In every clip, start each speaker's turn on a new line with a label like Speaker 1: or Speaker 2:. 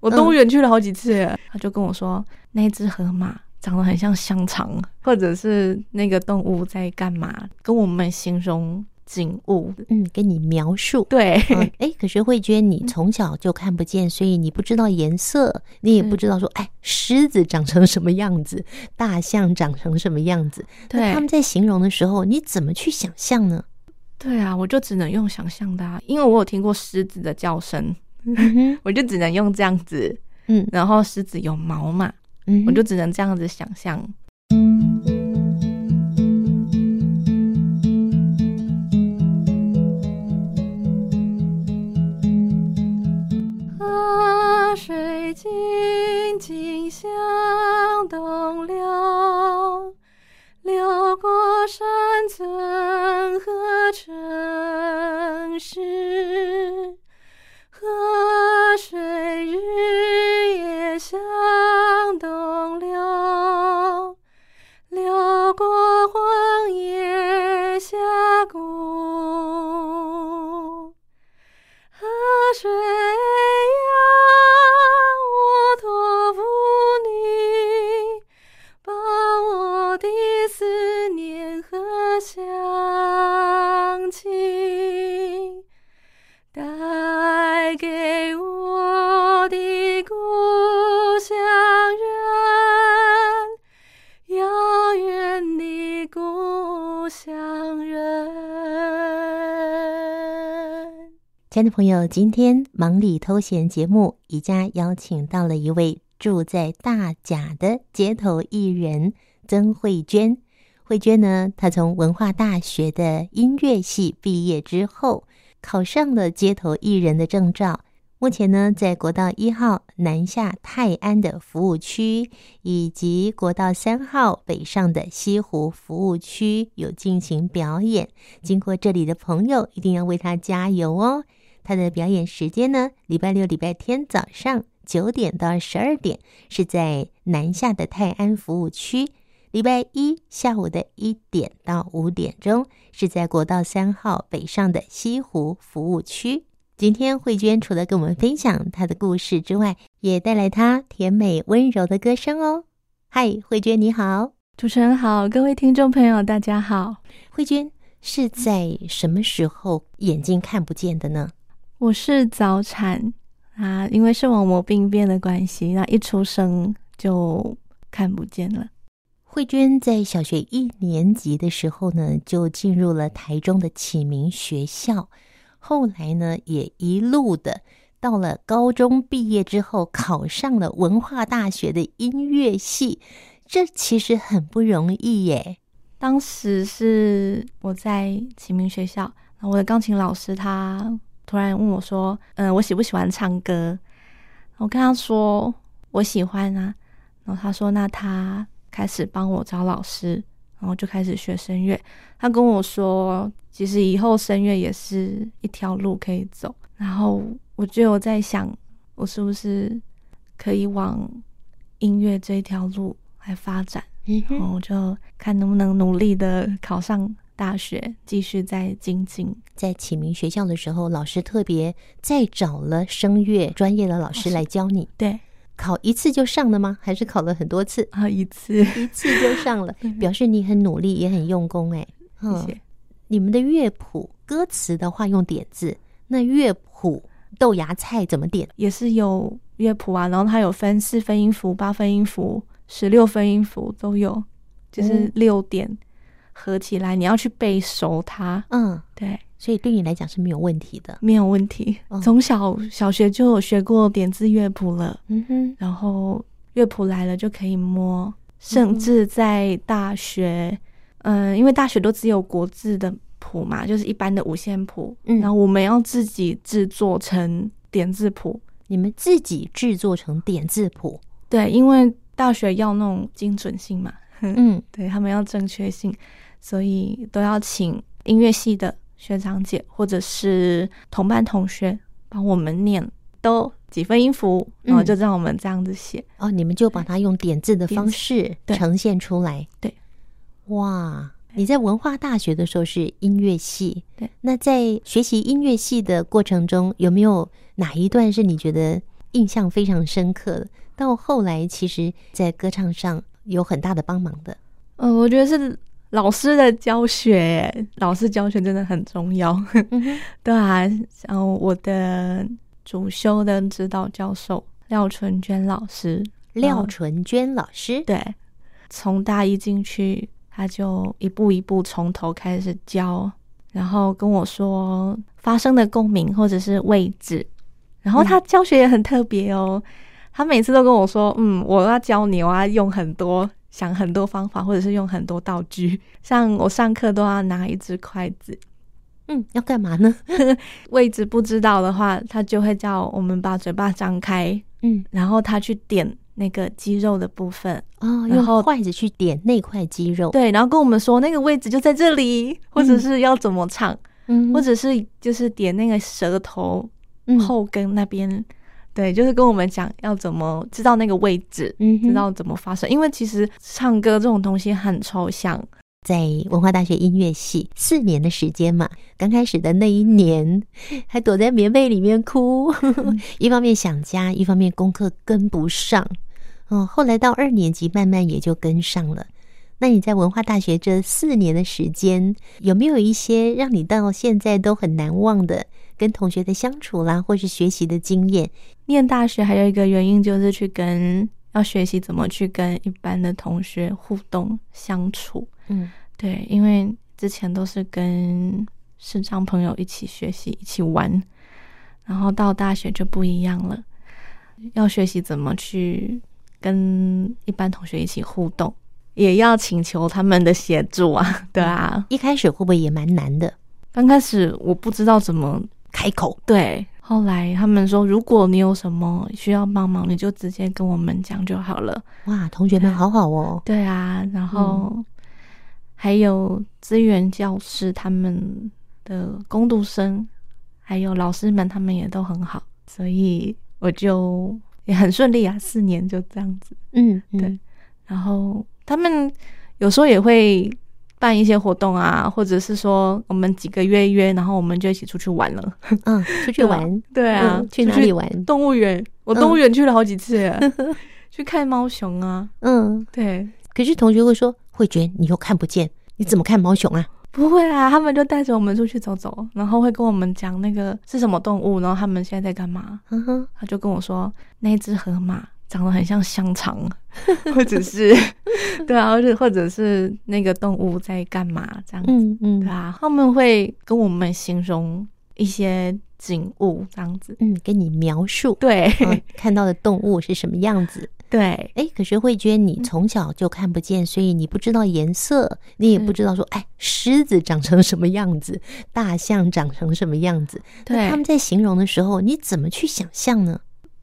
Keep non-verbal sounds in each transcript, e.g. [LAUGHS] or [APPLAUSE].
Speaker 1: 我动物园去了好几次耶，他就跟我说那只河马长得很像香肠，或者是那个动物在干嘛，跟我们形容景物。
Speaker 2: 嗯，跟你描述。
Speaker 1: 对，
Speaker 2: 嗯哎、可是慧娟，你从小就看不见，所以你不知道颜色，你也不知道说，哎，狮子长成什么样 [LAUGHS] 子，大象长成什么样子。那
Speaker 1: [LAUGHS] 对
Speaker 2: 他们在形容的时候，你怎么去想象呢？
Speaker 1: 对啊，我就只能用想象的、啊，因为我有听过狮子的叫声，
Speaker 2: 嗯哼
Speaker 1: 我就只能用这样子。
Speaker 2: 嗯
Speaker 1: 然后狮子有毛嘛，
Speaker 2: 嗯哼，
Speaker 1: 我就只能这样子想象。河水静静向东流，流过山村和城市。河水日夜向东流，流过荒野峡谷。河水呀，我托付你，把我的思念和想情。带给我的故乡人，遥远的故乡人。
Speaker 2: 亲爱的朋友，今天《忙里偷闲》节目，宜家邀请到了一位住在大甲的街头艺人曾慧娟。慧娟呢，她从文化大学的音乐系毕业之后，考上了街头艺人的证照。目前呢，在国道一号南下泰安的服务区，以及国道三号北上的西湖服务区有进行表演。经过这里的朋友，一定要为她加油哦！他的表演时间呢，礼拜六、礼拜天早上九点到十二点，是在南下的泰安服务区；礼拜一下午的一点到五点钟，是在国道三号北上的西湖服务区。今天慧娟除了跟我们分享她的故事之外，也带来她甜美温柔的歌声哦。嗨，慧娟你好，
Speaker 1: 主持人好，各位听众朋友，大家好。
Speaker 2: 慧娟是在什么时候眼睛看不见的呢？
Speaker 1: 我是早产啊，因为视网膜病变的关系，那一出生就看不见了。
Speaker 2: 慧娟在小学一年级的时候呢，就进入了台中的启明学校，后来呢，也一路的到了高中毕业之后，考上了文化大学的音乐系，这其实很不容易耶。
Speaker 1: 当时是我在启明学校，然后我的钢琴老师他突然问我说：“嗯，我喜不喜欢唱歌？”我跟他说：“我喜欢啊。”然后他说：“那他开始帮我找老师，然后就开始学声乐。”他跟我说：“其实以后声乐也是一条路可以走。”然后我就有在想，我是不是可以往音乐这一条路来发展？
Speaker 2: 嗯
Speaker 1: 然后，我就看能不能努力的考上大学，继续再精进。
Speaker 2: 在启明学校的时候，老师特别再找了声乐专业的老师来教你，
Speaker 1: 对，
Speaker 2: 考一次就上了吗？还是考了很多次？
Speaker 1: 然后一次，
Speaker 2: 一次就上了， [LAUGHS] 表示你很努力，也很用功哎。
Speaker 1: 谢
Speaker 2: 嗯，
Speaker 1: 谢。
Speaker 2: 你们的乐谱歌词的话用点字，那乐谱豆芽菜怎么点？
Speaker 1: 也是有乐谱啊，然后它有分四分音符、八分音符、十六分音符都有，就是
Speaker 2: 嗯
Speaker 1: 六点合起来，你要去背熟它。
Speaker 2: 嗯，
Speaker 1: 对，
Speaker 2: 所以对你来讲是没有问题的。
Speaker 1: 没有问题
Speaker 2: 哦。
Speaker 1: 从小小学就有学过点字乐谱了。
Speaker 2: 嗯哼，
Speaker 1: 然后乐谱来了就可以摸，
Speaker 2: 嗯
Speaker 1: 甚
Speaker 2: 哼
Speaker 1: 至在大学，嗯、因为大学都只有国字的谱嘛，就是一般的五线谱，
Speaker 2: 嗯
Speaker 1: 然后我们要自己制作成点字谱，
Speaker 2: 你们自己制作成点字谱，
Speaker 1: 对，因为大学要那种精准性嘛，
Speaker 2: 嗯，
Speaker 1: 对他们要正确性，所以都要请音乐系的学长姐或者是同班同学帮我们念，都几分音符，然后
Speaker 2: 嗯
Speaker 1: 就让我们这样子写。
Speaker 2: 哦，你们就把它用点字的
Speaker 1: 点
Speaker 2: 方
Speaker 1: 字
Speaker 2: 式
Speaker 1: 对
Speaker 2: 呈现出来。
Speaker 1: 对，
Speaker 2: 哇，你在文化大学的时候是音乐系，
Speaker 1: 对，
Speaker 2: 那在学习音乐系的过程中，有没有哪一段是你觉得印象非常深刻的。到后来，其实在歌唱上有很大的帮忙的。
Speaker 1: 嗯，我觉得是老师的教学，老师教学真的很重要。 [LAUGHS]
Speaker 2: 嗯哼，
Speaker 1: 对啊，然后我的主修的指导教授廖纯娟老师，
Speaker 2: 廖纯娟老师，
Speaker 1: 哦对，从大一进去，他就一步一步从头开始教，然后跟我说发声的共鸣或者是位置，然后他教学也很特别哦，他每次都跟我说，嗯，我要教你，我要用很多。想很多方法，或者是用很多道具， [LAUGHS] 像我上课都要拿一只筷子，
Speaker 2: 嗯，要干嘛呢？
Speaker 1: 位置不知道的话，他就会叫我们把嘴巴张开，
Speaker 2: 嗯，
Speaker 1: 然后他去点那个肌肉的部分，
Speaker 2: 哦，
Speaker 1: 然后
Speaker 2: 用筷子去点那块肌肉，
Speaker 1: 对，然后跟我们说那个位置就在这里，或者是要怎么唱，
Speaker 2: 嗯
Speaker 1: 或者是就是点那个舌头
Speaker 2: 嗯
Speaker 1: 后跟那边，对，就是跟我们讲要怎么知道那个位置，
Speaker 2: 嗯哼
Speaker 1: 知道怎么发声，因为其实唱歌这种东西很抽象，
Speaker 2: 在文化大学音乐系四年的时间嘛，刚开始的那一年， [LAUGHS] 还躲在棉被里面哭， [LAUGHS] 一方面想家，一方面功课跟不上。哦，后来到二年级，慢慢也就跟上了。那你在文化大学这四年的时间，有没有一些让你到现在都很难忘的跟同学的相处啦，或是学习的经验？
Speaker 1: 念大学还有一个原因就是去跟要学习怎么去跟一般的同学互动相处。
Speaker 2: 嗯
Speaker 1: 对，因为之前都是跟视障朋友一起学习、一起玩，然后到大学就不一样了，要学习怎么去跟一般同学一起互动，也要请求他们的协助啊。 [LAUGHS] 对啊，
Speaker 2: 一开始会不会也蛮难的？
Speaker 1: 刚开始我不知道怎么
Speaker 2: 开口，
Speaker 1: 对，后来他们说，如果你有什么需要帮忙，你就直接跟我们讲就好了。
Speaker 2: 哇，同学们好好哦，
Speaker 1: 对啊，然后还有资源教师他们的工读生，还有老师们，他们也都很好，所以我就也很顺利啊，四年就这样子。
Speaker 2: 嗯，嗯
Speaker 1: 对然后他们有时候也会办一些活动啊，或者是说我们几个约一约，然后我们就一起出去玩了。
Speaker 2: 嗯，出去
Speaker 1: 对吧
Speaker 2: 玩，
Speaker 1: 对啊，
Speaker 2: 嗯去哪里？玩？
Speaker 1: 动物园，我动物园去了好几次耶，去看猫熊啊。
Speaker 2: 嗯，
Speaker 1: 对，
Speaker 2: 可是同学会说，慧娟，你又看不见，你怎么看猫熊啊？
Speaker 1: [LAUGHS] 不会啊，他们就带着我们出去走走，然后会跟我们讲那个是什么动物，然后他们现在在干嘛。
Speaker 2: 嗯哼，
Speaker 1: 他就跟我说，那只河马长得很像香肠， [LAUGHS] 或者是 [LAUGHS] 对啊，或者或者是那个动物在干嘛这样子，
Speaker 2: 嗯
Speaker 1: 对
Speaker 2: 嗯
Speaker 1: 啊，他们会跟我们形容一些景物这样子。
Speaker 2: 嗯，跟你描述、
Speaker 1: 对、
Speaker 2: 嗯看到的动物是什么样子。
Speaker 1: 对，
Speaker 2: 哎，可是慧娟，你从小就看不见，所以你不知道颜色，你也
Speaker 1: 是
Speaker 2: 不知道说，哎，狮子长成什么样子，大象长成什么样子。那
Speaker 1: 对
Speaker 2: 他们在形容的时候，你怎么去想象呢？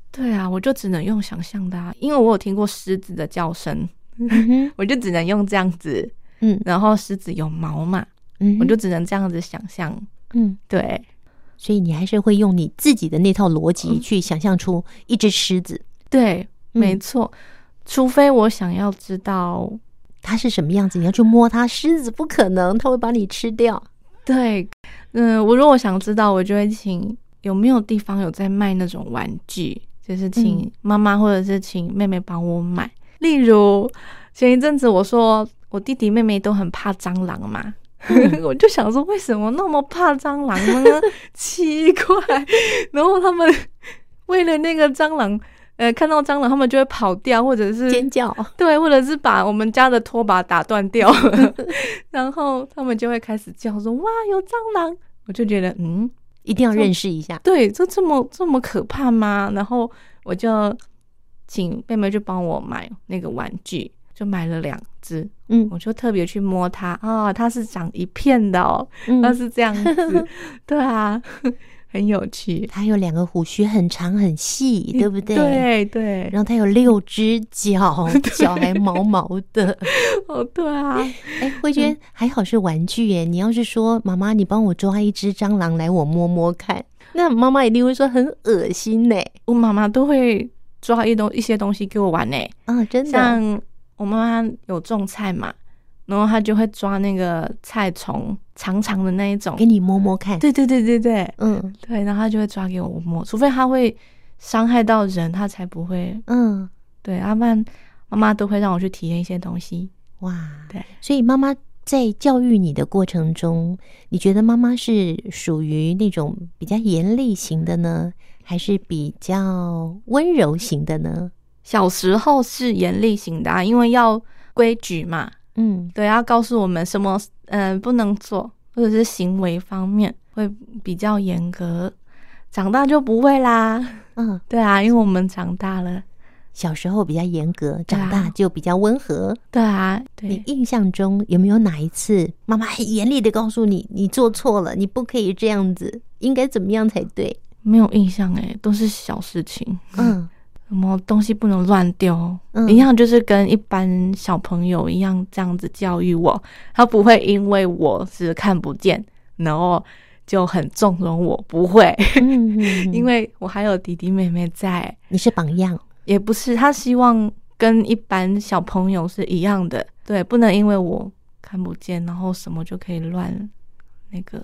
Speaker 1: 对啊，我就只能用想象的、啊，因为我有听过狮子的叫声，
Speaker 2: 嗯哼，
Speaker 1: 我就只能用这样子。
Speaker 2: 嗯
Speaker 1: 然后狮子有毛嘛，
Speaker 2: 嗯哼，
Speaker 1: 我就只能这样子想象。
Speaker 2: 嗯，
Speaker 1: 对，
Speaker 2: 所以你还是会用你自己的那套逻辑去想象出一只狮子，
Speaker 1: 对，
Speaker 2: 嗯
Speaker 1: 没错。除非我想要知道，
Speaker 2: 它是什么样子，你要去摸它。狮子不可能，它会把你吃掉。
Speaker 1: 对，嗯、我如果想知道，我就会请有没有地方有在卖那种玩具，就是请
Speaker 2: 嗯
Speaker 1: 妈妈或者是请妹妹帮我买。例如前一阵子我说我弟弟妹妹都很怕蟑螂嘛。
Speaker 2: 嗯
Speaker 1: [LAUGHS] 我就想说，为什么那么怕蟑螂呢？奇怪。然后他们 [LAUGHS] 为了那个蟑螂，呃，看到蟑螂他们就会跑掉，或者是
Speaker 2: 尖叫，
Speaker 1: [LAUGHS] 对，或者是把我们家的拖把打断掉，
Speaker 2: [LAUGHS]
Speaker 1: 然后他们就会开始叫说：“哇，有蟑螂！”我就觉得，嗯，
Speaker 2: 一定要认识一下。
Speaker 1: 对，这这么这么可怕吗？然后我就请妹妹去帮我买那个玩具，就买了两只，
Speaker 2: 嗯
Speaker 1: 我就特别去摸它啊、它是长一片的哦，它
Speaker 2: 嗯，
Speaker 1: 是这样子，
Speaker 2: [LAUGHS]
Speaker 1: 对啊， [LAUGHS] 很有趣，
Speaker 2: 它有两个胡须，很长很细，对嗯不对？。
Speaker 1: 对对，
Speaker 2: 然后它有六只 [LAUGHS] 脚，脚还毛毛的。
Speaker 1: 哦，对啊，
Speaker 2: 哎，慧娟，还好是玩具耶。你要是说妈妈，你帮我抓一只蟑螂来，我摸摸看，那妈妈一定会说很恶心呢。
Speaker 1: 我妈妈都会抓一东一些东西给我玩呢、
Speaker 2: 啊，真的，
Speaker 1: 像我妈妈有种菜嘛，然后她就会抓那个菜虫，长长的那一种
Speaker 2: 给。你摸摸看。
Speaker 1: 对对对对对
Speaker 2: 嗯
Speaker 1: 对，然后她就会抓给我摸，除非她会伤害到人，他才不会
Speaker 2: 嗯，
Speaker 1: 对。阿曼妈妈都会让我去体验一些东西，
Speaker 2: 哇，
Speaker 1: 对，
Speaker 2: 所以妈妈在教育你的过程中，你觉得妈妈是属于那种比较严厉型的呢，还是比较温柔型的呢？
Speaker 1: 小时候是严厉型的、啊，因为要规矩嘛，
Speaker 2: 嗯
Speaker 1: 对，要告诉我们什么嗯、呃不能做，或者是行为方面会比较严格。长大就不会啦，
Speaker 2: 嗯，
Speaker 1: 对啊，因为我们长大了，
Speaker 2: 小时候比较严格，
Speaker 1: 对
Speaker 2: 长
Speaker 1: 啊
Speaker 2: 大就比较温和。
Speaker 1: 对啊，
Speaker 2: 你
Speaker 1: 对，
Speaker 2: 印象中有没有哪一次妈妈很严厉的告诉你，你做错了，你不可以这样子，应该怎么样才对？
Speaker 1: 没有印象诶，都是小事情，
Speaker 2: 嗯
Speaker 1: 什么东西不能乱丢，
Speaker 2: 嗯，
Speaker 1: 一样就是跟一般小朋友一样这样子教育我，他不会因为我是看不见，然后就很纵容我，不会，
Speaker 2: [LAUGHS] 嗯，嗯嗯
Speaker 1: 因为我还有弟弟妹妹在，
Speaker 2: 你是榜样，
Speaker 1: 也不是他希望跟一般小朋友是一样的，对，不能因为我看不见，然后什么就可以乱那个，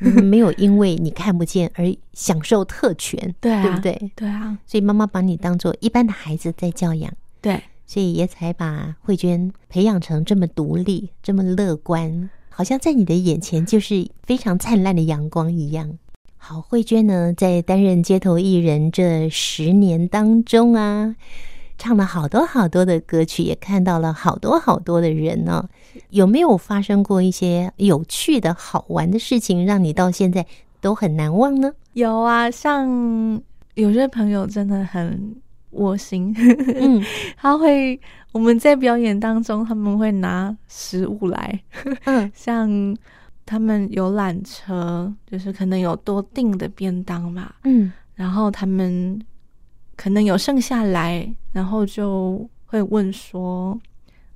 Speaker 2: 你们没有因为你看不见而享受特权，
Speaker 1: 对啊，
Speaker 2: 对不？对？
Speaker 1: 对啊，
Speaker 2: 所以妈妈把你当做一般的孩子在教养，
Speaker 1: 对，
Speaker 2: 所以也才把慧娟培养成这么独立、这么乐观，好像在你的眼前就是非常灿烂的阳光一样。好，慧娟呢，在担任街头艺人这十年当中啊，唱了好多好多的歌曲，也看到了好多好多的人呢、有没有发生过一些有趣的好玩的事情，让你到现在都很难
Speaker 1: [LAUGHS]
Speaker 2: 忘呢？
Speaker 1: 有啊，像有些朋友真的很窝心， [LAUGHS]
Speaker 2: 嗯，
Speaker 1: 他会我们在表演当中，他们会拿食物来，
Speaker 2: 嗯
Speaker 1: 像他们游览车，就是可能有多订的便当嘛，
Speaker 2: 嗯
Speaker 1: 然后他们可能有剩下来，然后就会问说，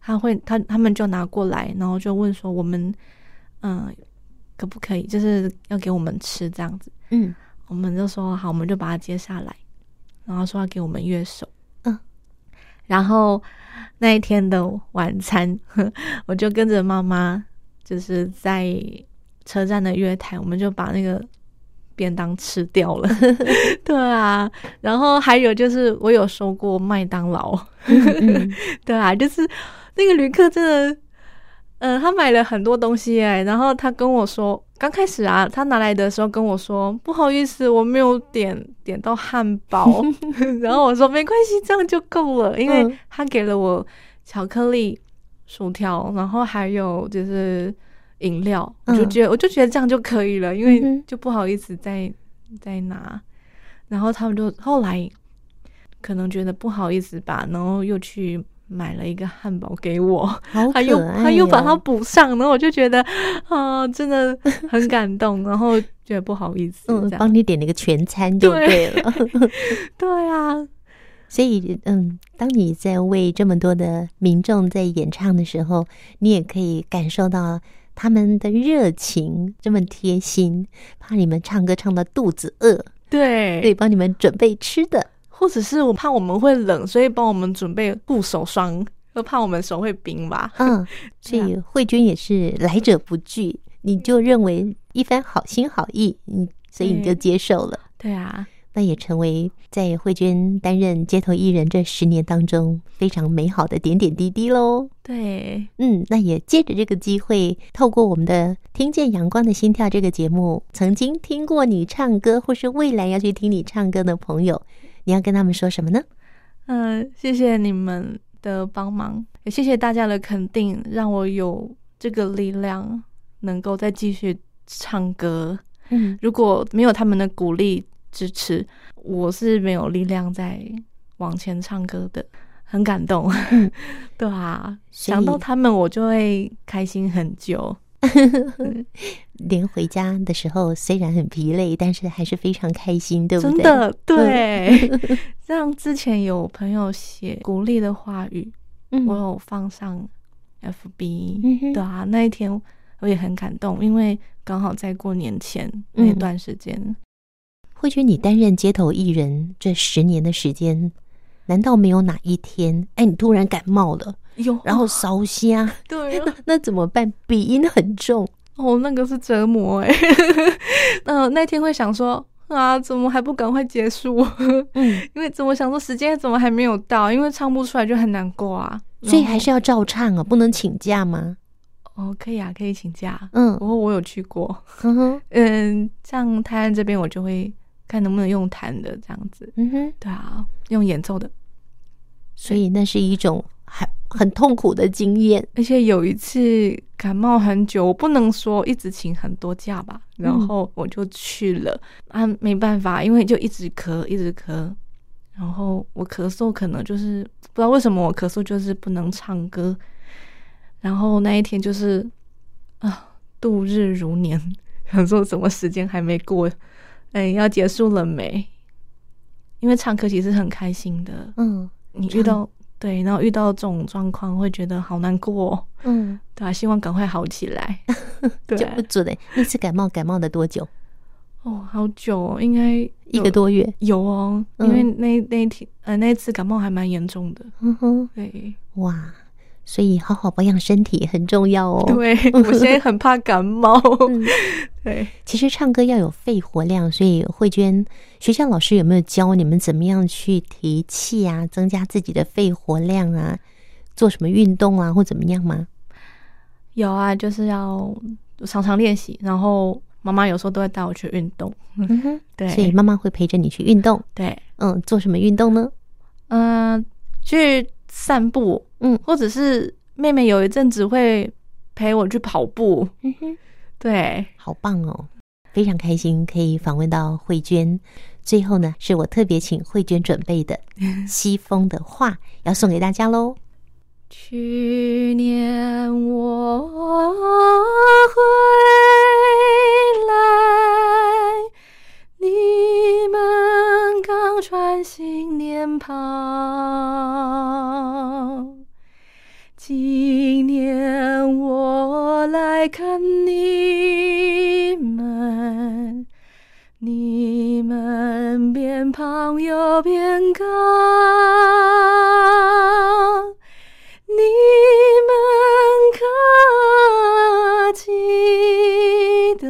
Speaker 1: 他会他他们就拿过来，然后就问说我们嗯、可不可以，就是要给我们吃这样子，
Speaker 2: 嗯，
Speaker 1: 我们就说好，我们就把它接下来，然后说要给我们乐手，
Speaker 2: 嗯，
Speaker 1: 然后那一天的晚餐， [LAUGHS] 我就跟着妈妈，就是在车站的月台，我们就把那个便当吃掉了， [LAUGHS] 对啊，然后还有就是我有收过麦当劳，
Speaker 2: 嗯
Speaker 1: [LAUGHS] 对啊，就是那个旅客真的，嗯，他买了很多东西哎，然后他跟我说，刚开始啊，他拿来的时候跟我说，不好意思，我没有点点到汉
Speaker 2: [LAUGHS]
Speaker 1: 堡，然后我说没关系，这样就够了，因为
Speaker 2: 嗯
Speaker 1: 他给了我巧克力、薯条，然后还有就是饮料，我就
Speaker 2: 嗯
Speaker 1: 觉得我就觉得这样就可以了，因
Speaker 2: 嗯
Speaker 1: 为
Speaker 2: 哼
Speaker 1: 就不好意思再再拿，然后他们就后来可能觉得不好意思吧，然后又去买了一个汉堡给我，
Speaker 2: 好可爱、哦，
Speaker 1: 他又他又把它补上，然后我就觉得啊、真的很感
Speaker 2: [LAUGHS]
Speaker 1: 动，然后觉得不好意思，
Speaker 2: 嗯
Speaker 1: 这，样
Speaker 2: 帮你点了一个全餐就对
Speaker 1: 对
Speaker 2: 了。
Speaker 1: 对啊，
Speaker 2: 所以，嗯，当你在为这么多的民众在演唱的时候，你也可以感受到他们的热情，这么贴心，怕你们唱歌唱到肚子饿，
Speaker 1: 对
Speaker 2: 对，帮你们准备吃的。
Speaker 1: 或者是我怕我们会冷，所以帮我们准备护手霜，又怕我们手会冰吧。
Speaker 2: 嗯，所以慧君也是来者不拒，你就认为一番好心好意，你所以你
Speaker 1: 对
Speaker 2: 就接受了。
Speaker 1: 对啊，
Speaker 2: 那也成为在慧娟担任街头艺人这十年当中非常美好的点点滴滴喽。
Speaker 1: 对，
Speaker 2: 嗯，那也借着这个机会，透过我们的《听见阳光的心跳》这个节目，曾经听过你唱歌，或是未来要去听你唱歌的朋友，你要跟他们说什么呢？
Speaker 1: 嗯、谢谢你们的帮忙，也谢谢大家的肯定，让我有这个力量能够再继续唱歌。
Speaker 2: 嗯
Speaker 1: 如果没有他们的鼓励支持，我是没有力量再往前唱歌的。很感动， [LAUGHS] 对啊，
Speaker 2: 所
Speaker 1: 想
Speaker 2: 以
Speaker 1: 到他们，我就会开心很久。
Speaker 2: 连回家的时候虽然很疲累，但是还是非常开心，对不
Speaker 1: 真
Speaker 2: 对？
Speaker 1: 的对。
Speaker 2: [LAUGHS]
Speaker 1: 像之前有朋友写鼓励的话语，
Speaker 2: 嗯，
Speaker 1: 我有放上 FB，、
Speaker 2: 嗯哼
Speaker 1: 对啊，那一天我也很感动，因为刚好在过年前
Speaker 2: 嗯
Speaker 1: 那段时间，
Speaker 2: 慧君，你担任街头艺人这十年的时间，难道没有哪一天，哎，你突然感冒了，
Speaker 1: 有
Speaker 2: [LAUGHS] 然后烧瞎，
Speaker 1: 对 [LAUGHS] 啊，
Speaker 2: 那怎么办？鼻音很重，
Speaker 1: [LAUGHS] 呃哦，那个是折磨哎、欸，嗯、那天会想说，啊，怎么还不赶快结束？ [LAUGHS]
Speaker 2: 嗯，
Speaker 1: 因为怎么想说时间怎么还没有到，因为唱不出来就很难过啊。
Speaker 2: 所以还是要照唱啊，不能请假吗？
Speaker 1: 哦，可以啊，可以请假。
Speaker 2: 嗯
Speaker 1: 不过我有去过，
Speaker 2: 哼哼，
Speaker 1: 嗯，像台湾这边我就会看能不能用弹的这样子，
Speaker 2: 嗯哼，
Speaker 1: 对啊，用演奏的。
Speaker 2: 所以那是一种很很痛苦的经验。
Speaker 1: 而且有一次感冒很久，我不能说一直请很多假吧，然后我就去了、啊，没办法，因为就一直咳，一直咳，然后我咳嗽可能就是不知道为什么我咳嗽就是不能唱歌，然后那一天就是啊度日如年， [LAUGHS] 想说怎么时间还没过，哎要结束了没？因为唱歌其实很开心的，
Speaker 2: 嗯
Speaker 1: 你
Speaker 2: 唱
Speaker 1: 遇到对，然后遇到这种状况会觉得好难过、哦。
Speaker 2: 嗯，
Speaker 1: 对啊，希望赶快好起 [LAUGHS] 来。对啊
Speaker 2: 就不准的。那次感冒感冒了多久？
Speaker 1: 哦，好久、哦，应该
Speaker 2: 一个多月。
Speaker 1: 有哦，因为那那一天呃那一次感冒还蛮严重的。
Speaker 2: 嗯哼，
Speaker 1: 对、
Speaker 2: 哇，所以好好保养身体很重要哦。
Speaker 1: [LAUGHS] 对，我现在很怕感 [LAUGHS] 冒。
Speaker 2: 嗯
Speaker 1: 对，
Speaker 2: 其实唱歌要有肺活量，所以慧娟学校老师有没有教你们怎么样去提气啊，增加自己的肺活量啊？做什么运动啊，或怎么样吗？
Speaker 1: 有啊，就是要常常练习，然后妈妈有时候都会带我去运动。
Speaker 2: 嗯哼，所以
Speaker 1: 对
Speaker 2: 妈妈会陪着你去运动。
Speaker 1: 对，
Speaker 2: 嗯，做什么运动呢？
Speaker 1: 嗯、去散步，
Speaker 2: 嗯
Speaker 1: 或者是妹妹有一阵子会陪我去跑步。
Speaker 2: 嗯哼，
Speaker 1: 对，
Speaker 2: 好棒哦，非常开心可以访问到慧娟。最后呢，是我特别请慧娟准备的西风的话，要送给大家喽。
Speaker 1: 去年我回来，你们刚穿新年袍。今年我来看你们，你们变胖又变高。你们可记得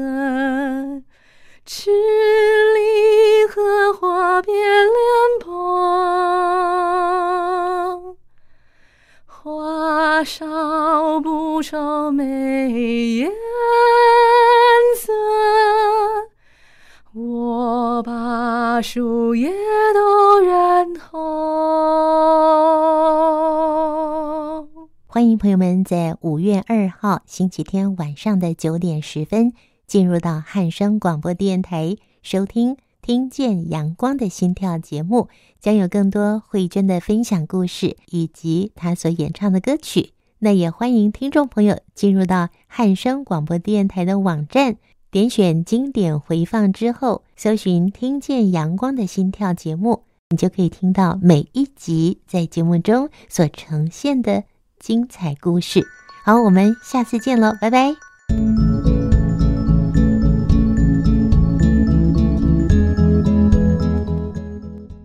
Speaker 1: 吃梨和花别两旁，花少不愁没颜色。我把树叶都染红。
Speaker 2: 欢迎朋友们在五月二号星期天晚上的九点十分进入到汉声广播电台收听《听见阳光的心跳》节目，将有更多慧娟的分享故事以及她所演唱的歌曲。那也欢迎听众朋友进入到汉声广播电台的网站，点选经典回放之后，搜寻《听见阳光的心跳》节目，你就可以听到每一集在节目中所呈现的精彩故事。好，我们下次见喽，拜拜。